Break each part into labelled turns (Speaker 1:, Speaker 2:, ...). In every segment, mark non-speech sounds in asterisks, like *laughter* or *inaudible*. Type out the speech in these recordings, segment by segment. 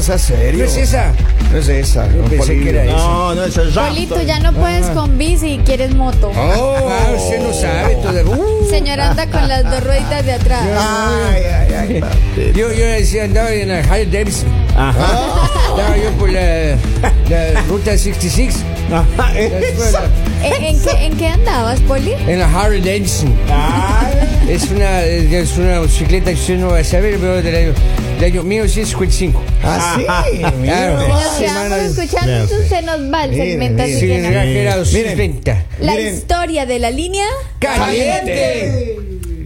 Speaker 1: seas serio.
Speaker 2: ¿No es esa?
Speaker 1: No es esa.
Speaker 2: Yo
Speaker 1: no,
Speaker 2: pensé
Speaker 1: Polibio.
Speaker 2: que era esa.
Speaker 3: No, no, eso es rap.
Speaker 4: Polito, ya no puedes con bici y quieres moto.
Speaker 1: Oh.
Speaker 2: Ah, usted no sabe. todo de- Uh.
Speaker 4: Señora anda con las dos rueditas de atrás.
Speaker 1: Ah.
Speaker 2: Ay, ay, *laughs* ay. Yo, yo decía, andaba en la Harley Davidson.
Speaker 3: Ajá.
Speaker 2: Ah, Andaba yo por la, la ruta 66.
Speaker 3: Ajá,
Speaker 2: La
Speaker 3: esa.
Speaker 2: escuela,
Speaker 4: ¿En, en qué, en qué andabas, Poli?
Speaker 2: En la Harley Davidson.
Speaker 1: Ah.
Speaker 3: Ay,
Speaker 2: Es una, es una bicicleta que usted no va a saber, pero del año, del año 1955.
Speaker 1: Ah, sí.
Speaker 2: Claro.
Speaker 1: mira.
Speaker 4: Nos quedamos escuchando,
Speaker 3: Vean,
Speaker 4: entonces se nos va el
Speaker 1: Miren,
Speaker 4: segmento
Speaker 1: miren.
Speaker 4: así
Speaker 2: Sí,
Speaker 4: que
Speaker 2: en
Speaker 4: no.
Speaker 2: realidad era
Speaker 1: Miren.
Speaker 2: 230.
Speaker 4: La
Speaker 1: Miren. Ah.
Speaker 4: historia de la línea.
Speaker 2: ¡Caliente!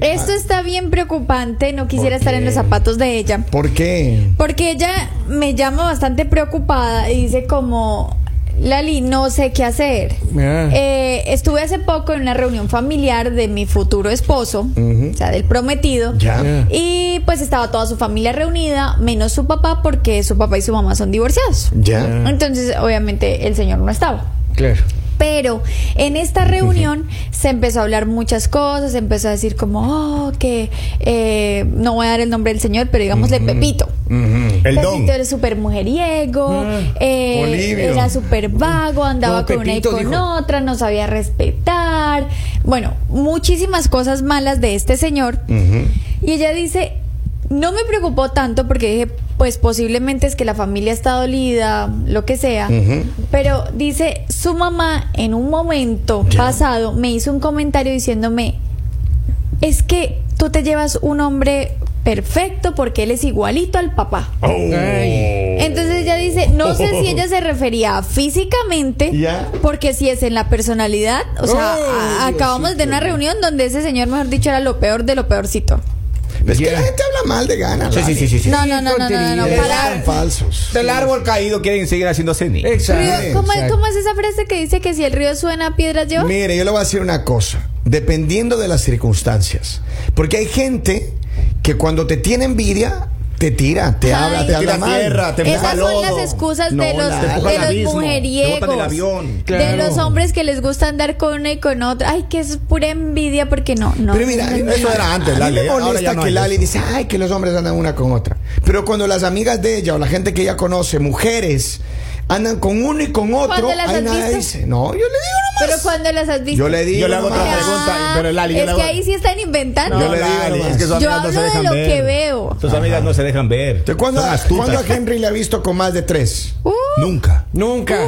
Speaker 4: Esto está bien preocupante, no quisiera estar en los zapatos de ella.
Speaker 1: ¿Por qué?
Speaker 4: Porque ella me llama bastante preocupada y dice como, Lali, no sé qué hacer.
Speaker 2: Ah.
Speaker 4: Eh, estuve hace poco en una reunión familiar de mi futuro esposo, o sea, del prometido.
Speaker 1: Ya.
Speaker 2: Ya.
Speaker 4: Y pues estaba toda su familia reunida, menos su papá, porque su papá y su mamá son divorciados.
Speaker 1: Ya.
Speaker 4: Entonces, obviamente, el señor no estaba.
Speaker 2: Claro.
Speaker 4: Pero en esta reunión se empezó a hablar muchas cosas, se empezó a decir como, oh, que eh, no voy a dar el nombre del señor, pero digámosle Pepito.
Speaker 1: Ujú.
Speaker 3: El
Speaker 4: Pepito
Speaker 3: don.
Speaker 4: era súper mujeriego, eh,
Speaker 1: Olivio.
Speaker 4: era súper vago, andaba
Speaker 2: No,
Speaker 4: con una y
Speaker 2: Pepito,
Speaker 4: con
Speaker 2: dijo.
Speaker 4: otra, no sabía respetar. Bueno, muchísimas cosas malas de este señor. Y ella dice, no me preocupó tanto porque dije, pues posiblemente es que la familia está dolida, lo que sea.
Speaker 1: Ujú.
Speaker 4: Pero dice, su mamá en un momento pasado me hizo un comentario diciéndome, es que tú te llevas un hombre perfecto porque él es igualito al papá.
Speaker 1: Oh.
Speaker 2: Ay.
Speaker 4: Entonces ella dice, no sé si ella se refería a físicamente,
Speaker 1: Ya.
Speaker 4: porque si es en la personalidad, o sea,
Speaker 2: Oh,
Speaker 4: a- acabamos de una reunión donde ese señor, mejor dicho, era lo peor de lo peorcito.
Speaker 1: Es que
Speaker 2: Ya.
Speaker 1: la gente habla mal de ganas.
Speaker 3: Sí, sí, sí, sí, sí.
Speaker 4: No, no, no, no, no, no, no,
Speaker 2: tonterías.
Speaker 4: para.
Speaker 1: Son falsos.
Speaker 3: Del árbol caído quieren seguir haciendo cine.
Speaker 4: Eh, Río-
Speaker 2: Exacto.
Speaker 4: ¿Cómo, es- cómo es esa frase que dice que si el río suena, piedras lleva?
Speaker 1: Mire, yo le voy a decir una cosa, dependiendo de las circunstancias. Porque hay gente que cuando te tiene envidia, te tira, te
Speaker 4: Ay.
Speaker 1: habla, te
Speaker 4: Te
Speaker 1: habla
Speaker 3: tira
Speaker 1: mal.
Speaker 3: tierra, te
Speaker 4: Esas son
Speaker 3: lodo.
Speaker 4: las excusas de
Speaker 3: No,
Speaker 4: los,
Speaker 3: la- te empuja al
Speaker 4: de los
Speaker 3: abismo, te botan del
Speaker 4: mujeriegos,
Speaker 3: avión.
Speaker 4: de
Speaker 2: Claro.
Speaker 4: los hombres que les gusta andar con una y con otra. Ay, que es pura envidia porque no, no.
Speaker 1: Pero mira,
Speaker 4: no, no,
Speaker 1: eso era antes,
Speaker 3: A mí
Speaker 1: Lali.
Speaker 3: me
Speaker 1: ¿eh? Ahora
Speaker 3: molesta
Speaker 1: ya
Speaker 3: no
Speaker 1: que
Speaker 3: hay
Speaker 1: Lali
Speaker 3: eso.
Speaker 1: dice, ay, que los hombres andan una con otra. Pero cuando las amigas de ella o la gente que ella conoce, mujeres, andan con uno y con otro,
Speaker 4: ¿Cuándo las
Speaker 1: ahí
Speaker 4: has
Speaker 1: nada
Speaker 4: visto?
Speaker 1: dice. No, yo le digo nomás.
Speaker 4: Pero cuando las has visto. Ah,
Speaker 1: Yo le digo.
Speaker 3: Yo le hago
Speaker 1: nomás.
Speaker 3: otra pregunta, pero Lali, yo
Speaker 4: es
Speaker 3: le
Speaker 4: que
Speaker 3: hago-
Speaker 4: ahí sí están inventando.
Speaker 3: No,
Speaker 1: Yo le digo
Speaker 3: Lali,
Speaker 1: nomás.
Speaker 3: es que sus
Speaker 4: Yo
Speaker 3: amigas no
Speaker 4: hablo
Speaker 3: se
Speaker 4: de
Speaker 3: dejan
Speaker 4: lo
Speaker 3: ver.
Speaker 4: que veo.
Speaker 3: Tus amigas no se dejan ver.
Speaker 1: ¿De ¿Cuándo,
Speaker 3: Son astutas.
Speaker 1: ¿Cuándo a em- Henry le ha visto con más de tres?
Speaker 4: Uh,
Speaker 3: Nunca.
Speaker 2: Nunca.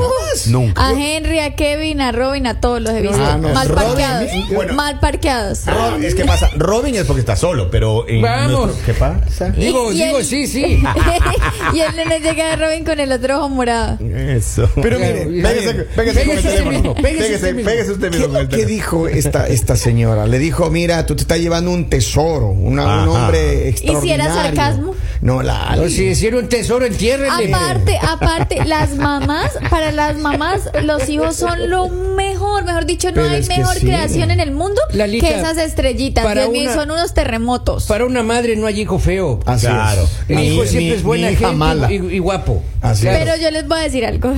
Speaker 3: Nunca.
Speaker 4: a Henry, a Kevin, a Robin, a todos los he visto.
Speaker 1: Ah, no,
Speaker 4: mal
Speaker 1: Robin,
Speaker 4: parqueados.
Speaker 3: bueno.
Speaker 4: mal parqueados.
Speaker 3: Robin, es que pasa. Robin es porque está solo, pero. en
Speaker 2: Vamos.
Speaker 3: nuestro- ¿Qué pasa?
Speaker 2: Digo,
Speaker 4: Y- y
Speaker 2: digo,
Speaker 4: el-
Speaker 2: sí, sí.
Speaker 4: *laughs* y él no nos llega a Robin con el otro ojo morado.
Speaker 3: Eso.
Speaker 1: Pero
Speaker 2: Claro,
Speaker 1: mire,
Speaker 2: bien.
Speaker 3: Pégase, pégase con el
Speaker 2: Pégase usted
Speaker 3: teléfono.
Speaker 2: mismo, pégase
Speaker 3: Pégase,
Speaker 2: usted mismo.
Speaker 3: pégase usted
Speaker 1: ¿Qué,
Speaker 3: mismo con el
Speaker 1: qué
Speaker 3: teléfono.
Speaker 1: dijo esta, esta señora? Le dijo, mira, tú te estás llevando un tesoro, una- un
Speaker 3: Ajá.
Speaker 1: hombre extraordinario.
Speaker 4: sarcasmo?
Speaker 1: No, la
Speaker 2: O Pues si hicieron un tesoro, entiérrenle.
Speaker 4: Aparte, aparte, las mamás, para las mamás, los hijos son lo mejor. Mejor dicho, no
Speaker 1: Pero
Speaker 4: hay
Speaker 1: es que
Speaker 4: mejor
Speaker 1: sí.
Speaker 4: creación en el mundo
Speaker 2: Lalita,
Speaker 4: que esas estrellitas.
Speaker 2: para
Speaker 4: Dios mío,
Speaker 2: una-
Speaker 4: son unos terremotos.
Speaker 2: Para una madre no hay hijo feo.
Speaker 1: Así es.
Speaker 3: Claro.
Speaker 2: El
Speaker 1: Así
Speaker 2: hijo
Speaker 1: es.
Speaker 2: siempre es buena
Speaker 1: ni Ah, hija
Speaker 2: gente
Speaker 1: mala.
Speaker 2: Y, y guapo.
Speaker 1: Así es.
Speaker 4: Pero yo les voy a decir algo.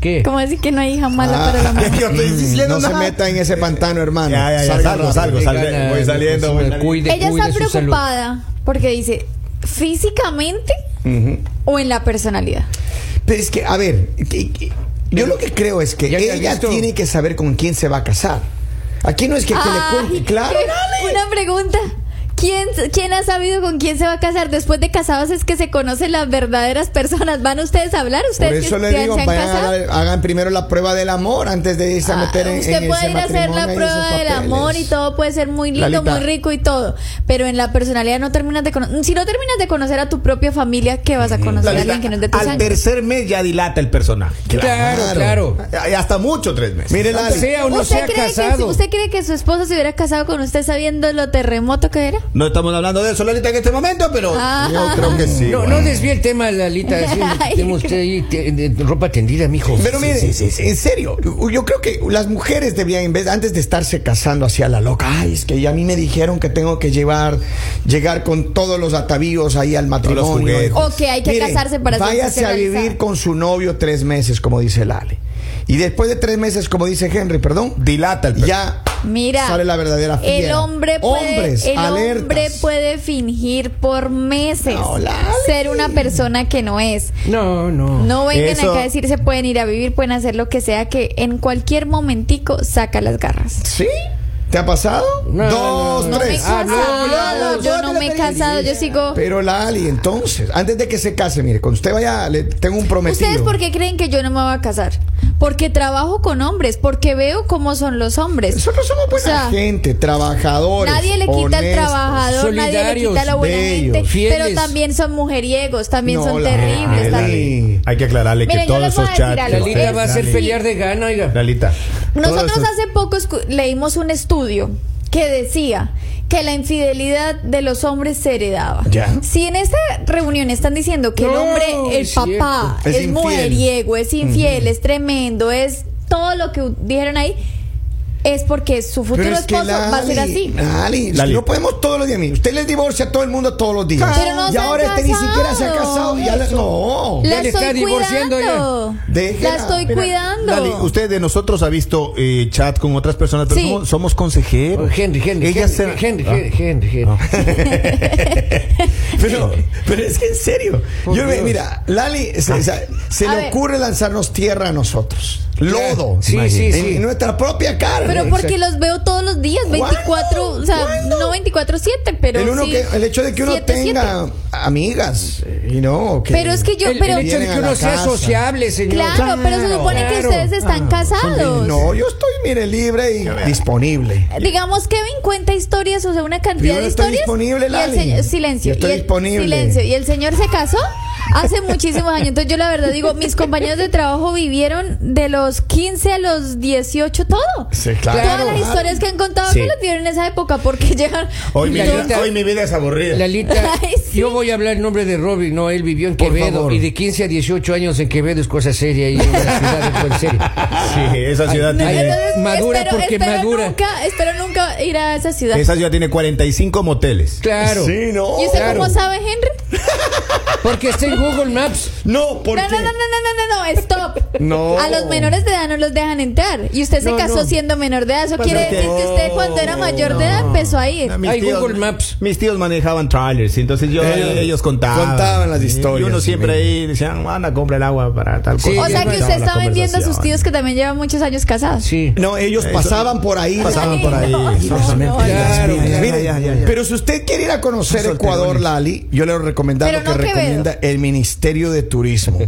Speaker 2: ¿Qué?
Speaker 4: ¿Cómo decir que no hay hija mala
Speaker 1: Ah,
Speaker 4: para *laughs*
Speaker 2: *laughs*
Speaker 4: la mamá?
Speaker 3: Yo estoy diciendo
Speaker 1: no se
Speaker 3: nada.
Speaker 1: meta en ese pantano, hermano.
Speaker 3: Ya, ya, ya,
Speaker 1: Salga
Speaker 3: salgo,
Speaker 1: rápido.
Speaker 3: salgo, salgo.
Speaker 2: Gana,
Speaker 3: Voy saliendo, voy saliendo.
Speaker 2: Cuide,
Speaker 4: Ella
Speaker 2: cuide
Speaker 4: está
Speaker 2: su salud.
Speaker 4: preocupada porque dice, ¿físicamente o en la personalidad?
Speaker 1: Pero es que, a ver, que- que- yo lo que creo es que
Speaker 2: Ya te has
Speaker 1: ella
Speaker 2: visto.
Speaker 1: tiene que saber con quién se va a casar. Aquí no es que, que
Speaker 4: Ay,
Speaker 1: le
Speaker 4: *laughs*
Speaker 1: cuente, claro.
Speaker 4: qué- Una pregunta. ¿Quién, ¿Quién ha sabido con quién se va a casar? Después de casados es que se conocen las verdaderas personas. ¿Van ustedes a hablar?
Speaker 1: Por
Speaker 4: ¿Ustedes
Speaker 1: eso
Speaker 4: que
Speaker 1: le
Speaker 4: se-
Speaker 1: digo,
Speaker 4: se han
Speaker 1: vayan a
Speaker 4: casado?
Speaker 1: dar- hagan primero la prueba del amor antes de irse a
Speaker 4: Ah,
Speaker 1: meter en,
Speaker 4: usted
Speaker 1: en ese
Speaker 4: puede ir a hacer la
Speaker 1: matrimonio y
Speaker 4: prueba
Speaker 1: esos
Speaker 4: del
Speaker 1: papeles.
Speaker 4: amor y todo puede ser muy lindo,
Speaker 1: Lalita.
Speaker 4: muy rico y todo, pero en la personalidad no terminas de conocer, si no terminas de conocer a tu propia familia, ¿qué vas a conocer a alguien que no es de tus
Speaker 3: Al
Speaker 4: años?
Speaker 3: tercer mes ya dilata el personaje.
Speaker 2: Claro,
Speaker 1: Claro.
Speaker 2: claro.
Speaker 3: Y Hasta mucho tres meses.
Speaker 1: Mire, Lali,
Speaker 2: Sea o no sea
Speaker 4: cree Que,
Speaker 2: casado.
Speaker 4: ¿Usted cree que su esposo se hubiera casado con usted sabiendo lo terremoto que era?
Speaker 3: No estamos hablando de eso ahorita en este momento, pero
Speaker 4: Ah.
Speaker 3: yo creo que sí.
Speaker 2: No, no
Speaker 3: bueno.
Speaker 2: desvíe el tema, Lalita. así,
Speaker 4: *laughs* Ay.
Speaker 2: Tenemos usted ahí te- de- de ropa tendida, mijo.
Speaker 1: Pero mire,
Speaker 3: sí, sí, sí.
Speaker 1: en serio, yo- yo creo que las mujeres deberían, en vez, antes de estarse casando hacia la loca, ay, es que ya a mí me dijeron que tengo que llevar, llegar con todos los atavíos ahí al matrimonio.
Speaker 3: juguetes.
Speaker 4: O que hay que casarse para ser
Speaker 1: Váyase a
Speaker 4: realizada.
Speaker 1: vivir con su novio tres meses, como dice Lale. Y después de tres meses, como dice Henry, perdón,
Speaker 3: Dilata el perro.
Speaker 1: ya
Speaker 4: Mira,
Speaker 1: sale la verdadera fiera.
Speaker 4: el hombre puede,
Speaker 1: Hombres,
Speaker 4: el
Speaker 1: alertas.
Speaker 4: hombre puede fingir por meses
Speaker 1: No, Lali.
Speaker 4: ser una persona que no es.
Speaker 2: No, no.
Speaker 4: No vengan
Speaker 3: Eso-
Speaker 4: acá a decir se pueden ir a vivir, pueden hacer lo que sea, que en cualquier momentico saca las garras.
Speaker 1: ¿Sí? ¿Te ha pasado?
Speaker 2: No,
Speaker 1: Dos,
Speaker 2: no, Ah. no.
Speaker 4: Me he
Speaker 1: tres.
Speaker 2: Ah, no,
Speaker 4: casado,
Speaker 2: no,
Speaker 4: yo no me he casado, yo sigo.
Speaker 1: Pero Lali, entonces, antes de que se case, mire, cuando usted vaya, le tengo un prometido.
Speaker 4: ¿Ustedes por qué creen que yo no me voy a casar? Porque trabajo con hombres, porque veo cómo son los hombres.
Speaker 1: Nosotros somos buena
Speaker 4: O sea,
Speaker 1: gente, trabajadores.
Speaker 4: Nadie le quita al
Speaker 1: honestos.
Speaker 4: trabajador, nadie le quita a la
Speaker 2: solidarios,
Speaker 4: buena gente,
Speaker 2: bellos,
Speaker 4: pero
Speaker 2: fieles.
Speaker 4: también son mujeriegos, también
Speaker 1: No,
Speaker 4: son
Speaker 1: la-
Speaker 4: terribles.
Speaker 1: la-
Speaker 4: también.
Speaker 1: Sí.
Speaker 3: Hay que aclararle que
Speaker 4: Miren, yo
Speaker 3: todos
Speaker 4: les voy
Speaker 3: esos
Speaker 4: a decir
Speaker 3: chats.
Speaker 4: algo.
Speaker 2: Lalita
Speaker 4: Él
Speaker 2: va a hacer
Speaker 4: sí.
Speaker 2: pelear de gana, oiga.
Speaker 3: Lalita.
Speaker 4: Nosotros
Speaker 3: Todos esos-
Speaker 4: hace poco escu- leímos un estudio que decía que la infidelidad de los hombres se heredaba.
Speaker 1: Ya.
Speaker 4: Si en esta reunión están diciendo que el
Speaker 2: No,
Speaker 4: hombre, el
Speaker 2: es
Speaker 4: papá,
Speaker 1: cierto. Es
Speaker 4: es,
Speaker 1: infiel.
Speaker 4: mujeriego, es infiel, es tremendo, es todo lo que dijeron ahí, es porque su futuro
Speaker 1: Pero es que
Speaker 4: esposo va a ser
Speaker 1: Lali,
Speaker 4: así.
Speaker 1: Lali,
Speaker 3: Lali.
Speaker 1: no podemos todos los días. mire, Usted le divorcia a todo el mundo todos los días.
Speaker 4: Pero no
Speaker 1: y
Speaker 4: se han
Speaker 1: ahora este ni siquiera se ha
Speaker 4: casado.
Speaker 1: casado. Ya le- no.
Speaker 4: La
Speaker 2: Ya le está
Speaker 4: estoy
Speaker 2: divorciando ya.
Speaker 4: cuidando.
Speaker 1: Déjela,
Speaker 4: La estoy
Speaker 1: mira,
Speaker 4: cuidando.
Speaker 3: Lali, usted de nosotros ha visto eh, chat con otras personas, pero
Speaker 4: Sí.
Speaker 3: somos, somos consejeros.
Speaker 2: Oh, Henry, Henry,
Speaker 3: Ella
Speaker 2: Henry,
Speaker 3: se-
Speaker 2: Henry,
Speaker 3: Ah.
Speaker 2: Henry, Henry, Henry.
Speaker 1: Pero, pero es que en serio.
Speaker 2: Por
Speaker 1: Yo,
Speaker 2: Dios. Ah.
Speaker 1: mira, Lali, se, o sea, se
Speaker 4: A
Speaker 1: le
Speaker 4: ver.
Speaker 1: ocurre lanzarnos tierra a nosotros. Lodo.
Speaker 2: Sí,
Speaker 1: En,
Speaker 2: sí, sí.
Speaker 1: en nuestra propia cara. *laughs*
Speaker 4: Pero porque los veo todos los días, 24, o sea,
Speaker 1: ¿Cuándo?
Speaker 4: no 24/7, pero
Speaker 1: el, uno
Speaker 4: sí,
Speaker 1: que, el hecho de que uno
Speaker 4: 7, 7.
Speaker 1: tenga amigas eh, y no. que-
Speaker 4: Pero es que yo,
Speaker 2: el,
Speaker 4: pero
Speaker 2: el hecho de
Speaker 1: Vienen a
Speaker 2: que uno
Speaker 1: la
Speaker 2: sea
Speaker 1: casa.
Speaker 2: sociable, señor.
Speaker 4: claro, pero se supone que
Speaker 2: claro.
Speaker 4: ustedes están casados.
Speaker 1: Ah, No, yo estoy, mire, libre y disponible.
Speaker 4: Digamos Kevin cuenta historias, o sea, una cantidad
Speaker 1: Yo no
Speaker 4: de
Speaker 1: estoy
Speaker 4: historias.
Speaker 1: disponible,
Speaker 4: y el
Speaker 1: Lali.
Speaker 4: señor, silencio.
Speaker 1: Yo estoy
Speaker 4: y el,
Speaker 1: disponible.
Speaker 4: Silencio. Y el señor se casó hace muchísimos años. Entonces yo la verdad digo, mis compañeros de trabajo vivieron de los 15 a los 18 todo.
Speaker 1: Sí, claro.
Speaker 4: Todas las
Speaker 1: Claro.
Speaker 4: historias que han contado
Speaker 3: Sí.
Speaker 4: que las vieron en esa época porque llegan
Speaker 3: Hoy mi,
Speaker 2: Lalita.
Speaker 3: vida, hoy mi vida es aburrida.
Speaker 2: Lalita,
Speaker 4: *laughs* Ay, sí.
Speaker 2: yo voy a hablar en nombre de Robin, no, él vivió en
Speaker 1: Por
Speaker 2: Quevedo
Speaker 1: favor.
Speaker 2: y de 15 a 18 años en Quevedo es cosa seria y una ciudad es
Speaker 1: *laughs*
Speaker 2: cosa seria.
Speaker 3: Sí, esa ciudad
Speaker 2: Ay,
Speaker 3: tiene.
Speaker 2: ay, Madura porque madura.
Speaker 4: Nunca, espero nunca ir a esa ciudad.
Speaker 3: Esa ciudad tiene 45 moteles.
Speaker 2: Claro,
Speaker 1: Sí, no.
Speaker 4: ¿Y usted
Speaker 2: claro.
Speaker 4: cómo sabe, Henry?
Speaker 2: porque está en Google Maps.
Speaker 1: *laughs* No, porque.
Speaker 4: No, no, no, no, no, no, no, stop.
Speaker 1: No.
Speaker 4: A los menores de edad no los dejan entrar. Y usted se
Speaker 2: No,
Speaker 4: casó
Speaker 2: no.
Speaker 4: siendo menor de edad. Eso quiere
Speaker 3: que-
Speaker 4: decir que usted cuando era mayor de edad empezó a ir.
Speaker 3: Mis
Speaker 2: Hay Google Maps.
Speaker 3: Mis tíos manejaban trailers, y entonces yo
Speaker 1: Eh,
Speaker 3: ellos contaban.
Speaker 1: contaban las
Speaker 3: Y- Y
Speaker 1: historias,
Speaker 3: uno siempre
Speaker 1: sí.
Speaker 3: ahí decían, anda, compra el agua para tal cosa.
Speaker 2: Sí,
Speaker 4: O sea que
Speaker 2: bueno.
Speaker 4: usted está vendiendo a sus tíos que también llevan muchos años casados.
Speaker 2: Sí.
Speaker 1: No, ellos
Speaker 3: Eso-
Speaker 1: pasaban por ahí.
Speaker 3: Pasaban
Speaker 4: Ay,
Speaker 3: por ahí.
Speaker 4: no,
Speaker 3: Sí,
Speaker 4: no,
Speaker 3: sí,
Speaker 4: no,
Speaker 2: Claro,
Speaker 3: ya, ya,
Speaker 1: Mire,
Speaker 3: ya, ya, ya.
Speaker 1: Pero si usted quiere ir a conocer
Speaker 3: Son
Speaker 1: Ecuador,
Speaker 3: solterones.
Speaker 1: Lali, yo le recomiendo lo
Speaker 4: Pero
Speaker 1: que
Speaker 4: no Quevedo.
Speaker 1: recomienda el Ministerio de Turismo.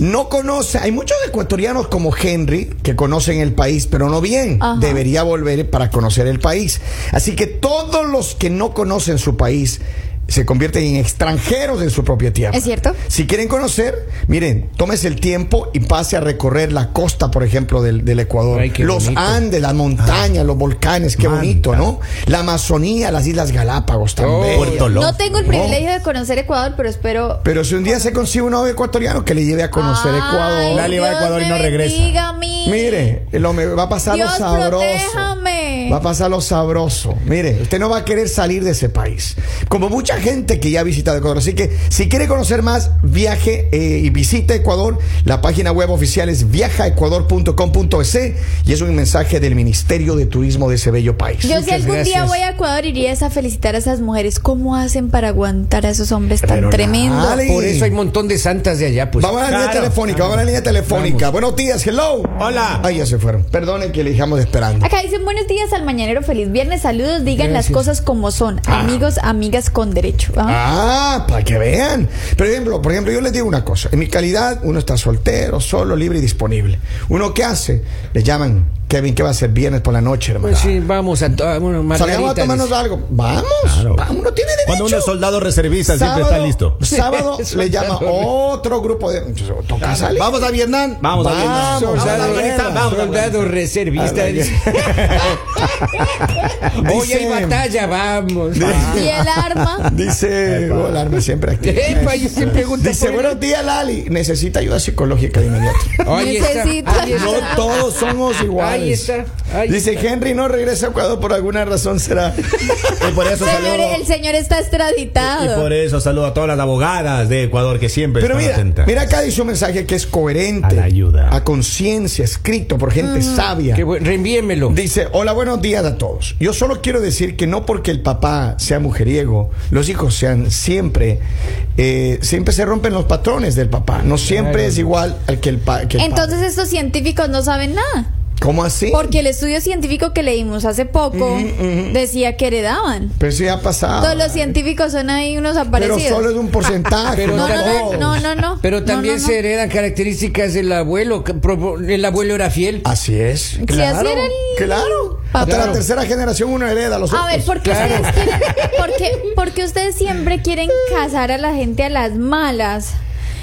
Speaker 1: No conoce, hay muchos ecuatorianos como Henry que conocen el país, pero no bien.
Speaker 4: Ajá.
Speaker 1: Debería volver para conocer el país. Así que todos los que no conocen su país se convierten en extranjeros en su propia tierra.
Speaker 4: ¿Es cierto?
Speaker 1: Si quieren conocer, miren, tómese el tiempo y pase a recorrer la costa, por ejemplo, del, del Ecuador.
Speaker 2: Ay, qué
Speaker 1: los
Speaker 2: bonito.
Speaker 1: Andes, las montañas, los volcanes, qué
Speaker 3: Man,
Speaker 1: bonito, ¿no? La Amazonía, las Islas Galápagos también.
Speaker 3: Oh, Puerto Loco.
Speaker 4: No tengo el privilegio de conocer Ecuador, pero espero.
Speaker 1: Pero si un día se consigue un novio ecuatoriano que le lleve a conocer
Speaker 4: Ay,
Speaker 1: Ecuador.
Speaker 3: Lali va a
Speaker 4: Dios
Speaker 3: Ecuador y
Speaker 4: me
Speaker 3: no regresa.
Speaker 4: bendiga a mí.
Speaker 1: Mire, lo me, va a pasar lo
Speaker 4: Dios,
Speaker 1: sabroso.
Speaker 4: protéjame.
Speaker 1: Va a pasar lo sabroso. Mire, usted no va a querer salir de ese país. Como mucha gente que ya ha visitado Ecuador. Así que si quiere conocer más, viaje eh, y visita Ecuador. La página web oficial es viajaecuador.com.es y es un mensaje del Ministerio de Turismo de ese bello país.
Speaker 4: Yo si
Speaker 2: Muchas
Speaker 4: algún día
Speaker 2: gracias.
Speaker 4: voy a Ecuador irías a felicitar a esas mujeres. ¿Cómo hacen para aguantar a esos hombres tan
Speaker 1: Pero
Speaker 4: tremendos?
Speaker 1: dale.
Speaker 2: Por eso hay un montón de santas de allá, pues.
Speaker 1: vamos a la línea
Speaker 3: Claro.
Speaker 1: telefónica, vamos a la línea telefónica. Buenos días, hello.
Speaker 3: Hola.
Speaker 1: Ay, ya se fueron. Perdonen que le dejamos esperando.
Speaker 4: Acá dicen buenos días al mañanero, feliz viernes, saludos, digan las
Speaker 2: Gracias.
Speaker 4: cosas como son, amigos, amigas con derecho. Ajá.
Speaker 1: Ah, para que vean. Por ejemplo, por ejemplo, yo les digo una cosa. En mi calidad, uno está soltero, solo, libre y disponible. ¿Uno qué hace? Le llaman, Kevin, ¿qué va a hacer viernes por la noche, hermano?
Speaker 2: Pues sí, vamos a, to- bueno,
Speaker 1: Salgamos a
Speaker 2: margaritas.
Speaker 1: tomarnos algo. Vamos,
Speaker 3: Claro.
Speaker 1: vamos, uno tiene derecho.
Speaker 3: Cuando uno es soldado reservista, siempre
Speaker 1: Sábado-
Speaker 3: está listo.
Speaker 1: *laughs*
Speaker 3: *laughs*
Speaker 1: Sábado
Speaker 2: Sí,
Speaker 1: le llama
Speaker 2: soldado.
Speaker 1: otro grupo de. Toca salir.
Speaker 3: Vamos a Vietnam. Vamos, a Vietnam.
Speaker 1: Vamos,
Speaker 3: Vamos a
Speaker 2: Soldado,
Speaker 3: Afganistán. Vamos. a Afganistán.
Speaker 2: soldado reservista.
Speaker 1: *laughs*
Speaker 2: Hoy hay
Speaker 1: Dice-
Speaker 2: batalla, vamos.
Speaker 4: Y el arma.
Speaker 1: *laughs* Dice. oh, el arma siempre aquí.
Speaker 2: Epa, yo siempre pregunto
Speaker 1: Dice,
Speaker 2: por-
Speaker 1: buenos días, Lali. Necesita ayuda psicológica de inmediato.
Speaker 2: Ahí está,
Speaker 4: Necesito-
Speaker 2: ahí está.
Speaker 4: *laughs*
Speaker 1: No todos somos iguales.
Speaker 2: Ahí Ahí
Speaker 1: felicidades.
Speaker 2: está, ahí
Speaker 1: Dice
Speaker 2: está. Pues
Speaker 1: Henry no regresa a Ecuador por alguna razón será.
Speaker 3: Y por eso
Speaker 4: Señor,
Speaker 3: saludo.
Speaker 4: el señor está
Speaker 3: Y
Speaker 4: extraditado.
Speaker 3: por eso saludo a todas las abogadas de Ecuador que siempre
Speaker 1: Pero
Speaker 3: están
Speaker 1: mira,
Speaker 3: atentas.
Speaker 1: mira acá dice un mensaje que es coherente.
Speaker 3: A la ayuda.
Speaker 1: A conciencia, escrito por gente sabia.
Speaker 2: Mm, Qué bueno, reenvíemelo.
Speaker 1: Dice, hola, buenos días a todos. Yo solo quiero decir que no porque el papá sea mujeriego, los hijos sean siempre, eh, siempre se rompen los patrones del papá. No siempre
Speaker 2: Claro.
Speaker 1: es igual al que el, pa- que el
Speaker 4: Entonces
Speaker 1: padre.
Speaker 4: estos científicos no saben nada.
Speaker 1: ¿Cómo así?
Speaker 4: Porque el estudio científico que leímos hace poco decía que heredaban.
Speaker 1: Pero eso ya ha pasado.
Speaker 4: Todos los científicos son ahí unos
Speaker 1: Ah, Pero
Speaker 4: aparecidos.
Speaker 1: solo es un porcentaje.
Speaker 2: Pero
Speaker 4: no, no, no,
Speaker 2: tampoco.
Speaker 4: no, no, no.
Speaker 2: Pero
Speaker 4: No,
Speaker 2: también
Speaker 4: no, no.
Speaker 2: se heredan características del abuelo. que propo- El abuelo era fiel.
Speaker 4: Ah,
Speaker 1: Así es.
Speaker 4: así era el
Speaker 1: claro.
Speaker 4: papá.
Speaker 1: Hasta la
Speaker 2: Claro.
Speaker 1: tercera generación uno hereda los
Speaker 4: A
Speaker 1: otros.
Speaker 4: ver, ¿por qué,
Speaker 2: Claro.
Speaker 4: ustedes quieren-
Speaker 2: *laughs*
Speaker 4: por qué- por qué ustedes siempre quieren casar a la gente a las malas?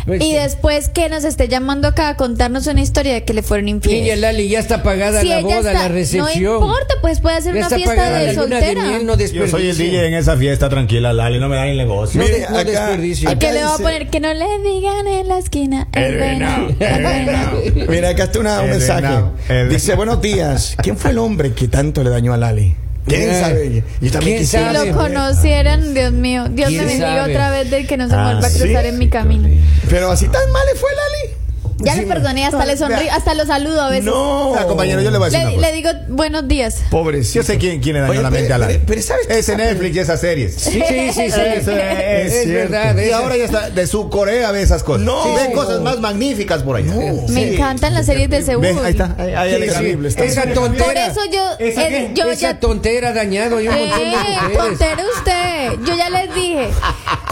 Speaker 2: Pues
Speaker 4: y
Speaker 2: sí.
Speaker 4: después que nos esté llamando acá a contarnos una historia de que le fueron
Speaker 2: Ella,
Speaker 4: infieles.
Speaker 2: Lali, ya está pagada
Speaker 4: Si
Speaker 2: la
Speaker 4: ella
Speaker 2: boda,
Speaker 4: está-
Speaker 2: la recepción.
Speaker 4: No importa, pues puede hacer
Speaker 2: Ya
Speaker 4: una
Speaker 2: está
Speaker 4: fiesta
Speaker 2: pagada
Speaker 4: de
Speaker 2: la luna de
Speaker 4: soltera.
Speaker 2: miel, no
Speaker 3: Yo soy el
Speaker 2: desperdicie.
Speaker 3: DJ en esa fiesta, tranquila, Lali, no me dan el negocio.
Speaker 2: No,
Speaker 1: Mire,
Speaker 2: des- no
Speaker 1: acá-
Speaker 2: desperdicie.
Speaker 4: ¿Y
Speaker 1: acá-
Speaker 4: que le va a
Speaker 1: dice-
Speaker 4: poner? Que no le digan en la esquina.
Speaker 1: El
Speaker 4: El venado.
Speaker 1: venado,
Speaker 4: el venado. *laughs*
Speaker 1: Mira, acá está una- un
Speaker 3: El
Speaker 1: mensaje.
Speaker 3: venado, el
Speaker 1: Dice,
Speaker 3: venado.
Speaker 1: buenos días. ¿Quién fue el hombre que tanto le dañó a Lali? ¿Quién
Speaker 2: Eh,
Speaker 1: sabe? Yo también
Speaker 2: ¿quién
Speaker 1: quisiera
Speaker 2: sabe?
Speaker 4: Si
Speaker 1: saber.
Speaker 4: lo conocieran, Dios mío. Dios me
Speaker 2: ¿Quién
Speaker 4: bendiga
Speaker 2: sabe?
Speaker 4: otra vez del que no se me
Speaker 3: Ah,
Speaker 4: vuelva a
Speaker 3: sí,
Speaker 4: cruzar en mi camino.
Speaker 1: Pero así tan mal le fue Lali.
Speaker 4: Ya le perdoné, hasta le sonrío, hasta lo saludo a veces.
Speaker 1: No,
Speaker 3: Ah, compañero, yo le voy a decir una
Speaker 4: Le,
Speaker 3: cosa.
Speaker 4: le digo buenos días.
Speaker 1: Pobrecito.
Speaker 3: Yo sé quién, quién le dañó
Speaker 1: Oye,
Speaker 3: la
Speaker 1: pero-
Speaker 3: mente a Lali.
Speaker 1: pero- pero ¿sabes qué?
Speaker 3: Ese Netflix y esas series.
Speaker 2: Sí, sí, sí. sí.
Speaker 3: Eso es,
Speaker 2: Es
Speaker 1: cierto.
Speaker 2: verdad.
Speaker 3: Y
Speaker 2: esa-
Speaker 3: ahora ya está de su Corea ve esas cosas.
Speaker 1: No.
Speaker 3: ve cosas más magníficas por ahí.
Speaker 1: No.
Speaker 4: Me
Speaker 1: Sí.
Speaker 4: encantan las series de Seúl.
Speaker 3: Ve, ahí está, ahí, ahí
Speaker 1: Sí,
Speaker 3: el
Speaker 1: sí.
Speaker 3: Gabriel está.
Speaker 2: Esa
Speaker 4: Por
Speaker 2: tontera.
Speaker 4: eso yo,
Speaker 2: Esa,
Speaker 4: eh, yo
Speaker 2: esa
Speaker 4: ya
Speaker 2: tontera ha dañado a un montón de
Speaker 4: Eh,
Speaker 2: mujeres.
Speaker 4: tontero usted. Yo ya les dije,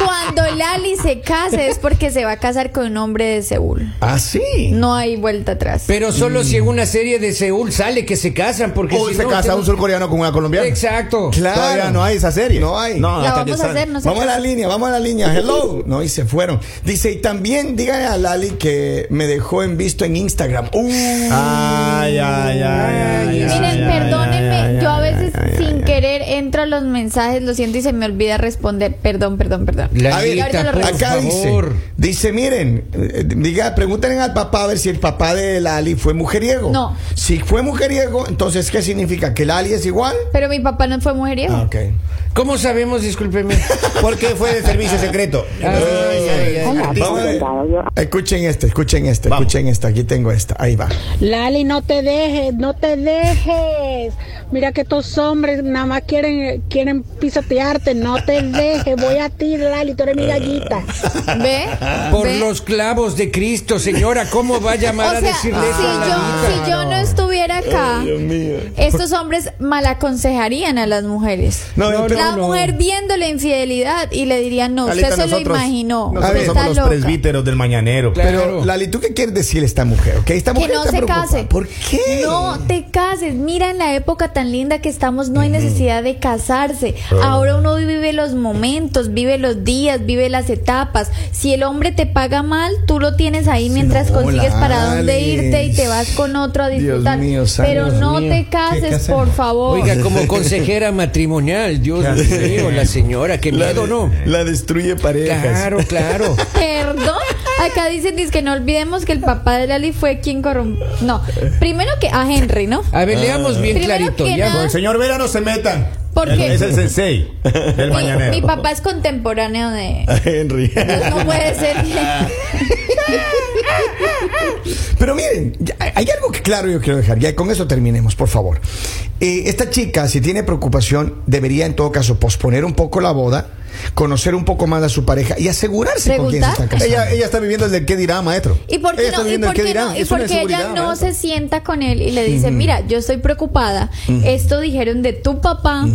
Speaker 4: cuando Lali se case es porque se va a casar con un hombre de Seúl.
Speaker 1: Ah, sí.
Speaker 4: No hay vuelta atrás.
Speaker 2: Pero solo si en una serie de Seúl sale que se casan. Porque
Speaker 3: Hoy
Speaker 2: si
Speaker 3: Mm. se
Speaker 2: no,
Speaker 3: casa
Speaker 2: tenemos-
Speaker 3: un surcoreano con una colombiana.
Speaker 2: Exacto.
Speaker 1: Claro.
Speaker 3: Todavía no hay esa serie.
Speaker 1: No hay.
Speaker 3: No,
Speaker 4: la
Speaker 3: hasta que
Speaker 4: vamos a
Speaker 3: sale.
Speaker 4: hacer, no sé.
Speaker 1: Vamos a la línea, vamos a la línea. Hello. No, y se fueron. Dice, y también díganle a Lali que me dejó en visto en Instagram. Uh,
Speaker 4: Ah,
Speaker 3: Ay, ay, ay, ay, ay,
Speaker 4: Miren,
Speaker 3: ay,
Speaker 4: perdónenme,
Speaker 3: ay, ay,
Speaker 4: yo a
Speaker 3: ay,
Speaker 4: veces
Speaker 3: ay, ay,
Speaker 4: sin
Speaker 3: ay.
Speaker 4: querer entro a los mensajes, lo siento y se me olvida responder. Perdón, perdón, perdón.
Speaker 2: La
Speaker 1: A ver,
Speaker 4: Y ahorita
Speaker 2: Lita,
Speaker 4: lo
Speaker 2: por
Speaker 4: reviso.
Speaker 1: pues, acá dice,
Speaker 2: favor.
Speaker 1: dice, miren, eh, diga, pregúntenle al papá a ver si el papá de Lali fue mujeriego.
Speaker 4: No.
Speaker 1: Si fue mujeriego, entonces, ¿qué significa? ¿Que Lali es igual?
Speaker 4: Pero mi papá no fue ¿eh? mujeriego.
Speaker 1: Ah, ok.
Speaker 2: ¿Cómo sabemos?
Speaker 3: *laughs*
Speaker 2: Discúlpeme.
Speaker 3: Porque fue de
Speaker 1: *laughs*
Speaker 3: servicio secreto.
Speaker 2: Ay, ay, ay.
Speaker 5: Hola,
Speaker 1: Vamos a ver.
Speaker 5: presentado yo.
Speaker 1: Escuchen este, escuchen este,
Speaker 3: Vamos.
Speaker 1: escuchen esta. Aquí tengo esta. Ahí va.
Speaker 5: Lali, no te dejes, no te dejes. Mira que estos hombres nada más quieren, quieren pisotearte. No te dejes, voy a ti, Lali, tú eres mi gallita.
Speaker 4: ¿Ve?
Speaker 2: Por
Speaker 4: ¿Ve?
Speaker 2: los clavos de Cristo, señora, ¿cómo va a llamar
Speaker 4: *laughs* O
Speaker 2: a
Speaker 4: sea, si
Speaker 2: decirle eso a la
Speaker 4: yo,
Speaker 2: Lita?
Speaker 4: si yo no estuviera acá, estos hombres mal aconsejarían a las mujeres.
Speaker 1: No,
Speaker 2: No,
Speaker 1: pero-
Speaker 4: la
Speaker 2: no.
Speaker 4: mujer viendo la infidelidad y le dirían, no,
Speaker 3: Lalita,
Speaker 4: usted se lo
Speaker 3: nosotros-
Speaker 4: imaginó.
Speaker 3: Nosotros
Speaker 4: Usted
Speaker 3: somos
Speaker 4: está
Speaker 3: los
Speaker 4: loca.
Speaker 3: presbíteros del mañanero.
Speaker 2: Claro.
Speaker 1: Pero, Lali, ¿tú qué quieres decir esta mujer? ok? Esta
Speaker 4: Que
Speaker 1: mujer
Speaker 4: no
Speaker 1: está
Speaker 4: se
Speaker 1: preocupada.
Speaker 4: case.
Speaker 1: ¿Por qué?
Speaker 4: No te cases. Mira en la época tan linda que estamos, no hay necesidad de casarse.
Speaker 1: Ah.
Speaker 4: Ahora uno vive los momentos, vive los días, vive las etapas. Si el hombre te paga mal, tú lo tienes ahí mientras
Speaker 1: no,
Speaker 4: consigues para
Speaker 1: Lali.
Speaker 4: dónde irte y te vas con otro a
Speaker 1: Dios
Speaker 4: disfrutar.
Speaker 1: mío, santo.
Speaker 4: Pero
Speaker 1: Dios
Speaker 4: no
Speaker 1: mío.
Speaker 4: te cases,
Speaker 1: hacemos?
Speaker 4: por favor.
Speaker 2: Oiga, como consejera matrimonial, Dios mío, la señora, qué miedo, ¿no?
Speaker 1: La destruye parejas.
Speaker 2: Claro, claro.
Speaker 4: Perdón. Acá dicen dice que no olvidemos que el papá de Lali fue quien corrompió. No, primero que a Henry, ¿no?
Speaker 1: Ah,
Speaker 2: A ver, leamos bien
Speaker 4: Primero
Speaker 2: clarito.
Speaker 4: que
Speaker 2: ya.
Speaker 4: nada-
Speaker 3: Con el señor Vera no se metan.
Speaker 4: ¿Por qué?
Speaker 3: Es el sensei del mañanero.
Speaker 4: Mi, mi papá es contemporáneo de.
Speaker 1: Henry. *laughs*
Speaker 4: Entonces no puede ser. que-
Speaker 1: Pero miren, ya- hay algo que claro yo quiero dejar. Ya con eso terminemos, por favor. Eh, esta chica, si tiene preocupación, debería en todo caso posponer un poco la boda, conocer un poco más a su pareja y asegurarse con quién se está
Speaker 4: Preguntar.
Speaker 1: casando.
Speaker 3: Ella, ella está viviendo el del qué dirá, maestro.
Speaker 4: ¿Y por
Speaker 3: Ella
Speaker 4: qué
Speaker 3: está
Speaker 4: no? ¿Y
Speaker 3: viviendo
Speaker 4: por
Speaker 3: el qué
Speaker 4: qué
Speaker 3: dirá.
Speaker 4: no? ¿Y
Speaker 3: Es una
Speaker 4: por qué ella
Speaker 3: inseguridad,
Speaker 4: no
Speaker 3: maestro.
Speaker 4: se sienta con él y le dice, mira, yo estoy preocupada, esto dijeron de tu papá?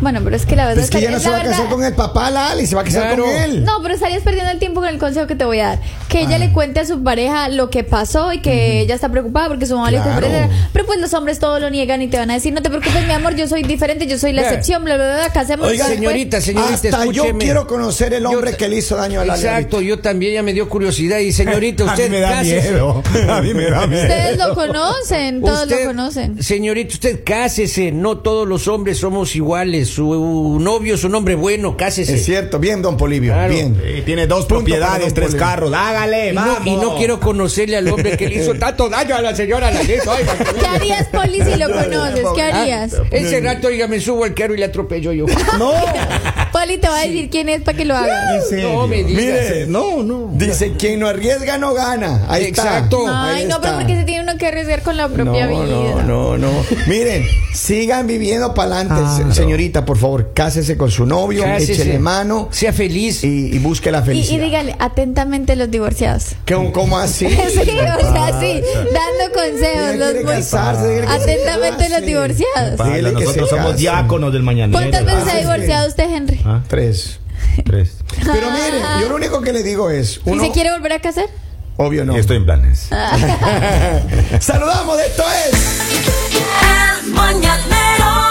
Speaker 4: Bueno, pero es que la verdad
Speaker 1: Pues es que ella no
Speaker 4: es
Speaker 1: se
Speaker 4: la
Speaker 1: va a casar
Speaker 4: verdad-
Speaker 1: con el papá, Lali, se va a casar
Speaker 2: Claro.
Speaker 1: con él. Ah.
Speaker 4: No, pero estarías perdiendo el tiempo con el consejo que te voy a dar. Que ella le cuente a su pareja lo que pasó y que ella está preocupada porque su mamá le
Speaker 1: Claro.
Speaker 4: dijo, "Pero- pero pues los hombres todo lo niegan y te van a decir, no te preocupes, mi amor, yo soy diferente, yo soy la
Speaker 2: Vea.
Speaker 4: excepción, bla, bla, bla, casémonos.
Speaker 2: Oiga,
Speaker 4: después".
Speaker 2: señorita, señorita,
Speaker 1: Hasta yo
Speaker 2: escúcheme.
Speaker 1: quiero conocer el hombre
Speaker 2: Yo-
Speaker 1: que le hizo daño a Lali.
Speaker 2: Exacto, yo también ya me dio curiosidad. Y señorita,
Speaker 3: A mí
Speaker 2: usted
Speaker 3: me da
Speaker 2: cásese.
Speaker 3: miedo. *laughs* A mí me da miedo.
Speaker 4: Ustedes lo conocen, todos
Speaker 2: Usted,
Speaker 4: lo conocen.
Speaker 2: Señorita, usted cásese. No todos los hombres somos iguales. hombre, su novio es un hombre bueno, cásese.
Speaker 1: Es cierto, bien, don Polivio.
Speaker 2: Claro.
Speaker 1: Bien.
Speaker 3: Eh, tiene dos
Speaker 1: Punto para
Speaker 3: propiedades,
Speaker 1: don
Speaker 3: tres
Speaker 1: Polivio.
Speaker 3: carros. Hágale,
Speaker 2: Y no,
Speaker 3: vamos.
Speaker 2: y no quiero conocerle al hombre que le hizo tanto daño a la señora Lalito. Ay, para que
Speaker 4: ¿Qué harías, Poli, si
Speaker 1: *laughs*
Speaker 4: lo conoces? ¿Qué
Speaker 2: Ah,
Speaker 4: harías?
Speaker 2: Ese rato, oiga, me subo al carro y le atropello yo.
Speaker 3: No.
Speaker 1: Ah,
Speaker 4: Poli te va a decir quién es para que lo hagas.
Speaker 2: No me digas.
Speaker 1: Mire,
Speaker 3: No, no.
Speaker 1: Dice, quien no arriesga no gana. Ahí
Speaker 2: Exacto.
Speaker 1: está.
Speaker 4: Ay,
Speaker 1: Ahí
Speaker 4: no, pero
Speaker 1: está.
Speaker 4: porque se tiene uno que arriesgar con la propia
Speaker 1: no,
Speaker 4: vida.
Speaker 1: No, no, no. Miren, sigan viviendo para adelante, se- señorita, por favor. Cásese con su novio,
Speaker 2: Cásese.
Speaker 1: échele mano
Speaker 2: Sea feliz.
Speaker 1: y, y busque la
Speaker 4: Y,
Speaker 1: felicidad.
Speaker 4: y dígale, atentamente los divorciados. *laughs*
Speaker 1: ¿Cómo, cómo así?
Speaker 4: Sí, o sea, sí, dando consejos.
Speaker 1: Ella
Speaker 4: Los
Speaker 1: quiere
Speaker 4: muy-
Speaker 1: casarse, ella quiere que se
Speaker 4: atentamente los
Speaker 1: case.
Speaker 4: divorciados.
Speaker 1: Pa- Dile que
Speaker 3: nosotros
Speaker 1: se
Speaker 3: somos
Speaker 1: casen.
Speaker 3: diáconos del mañanero.
Speaker 4: ¿Cuántas veces se ha
Speaker 1: sí.
Speaker 4: divorciado usted, Henry?
Speaker 3: Ah,
Speaker 1: Tres.
Speaker 3: Tres.
Speaker 1: Pero miren, yo lo único que le digo es,
Speaker 4: ¿Y
Speaker 1: uno,
Speaker 4: se quiere volver a
Speaker 1: *laughs*
Speaker 4: casar?
Speaker 1: obvio no. *laughs*
Speaker 3: Estoy en planes.
Speaker 1: Saludamos, esto es.
Speaker 6: El mañanero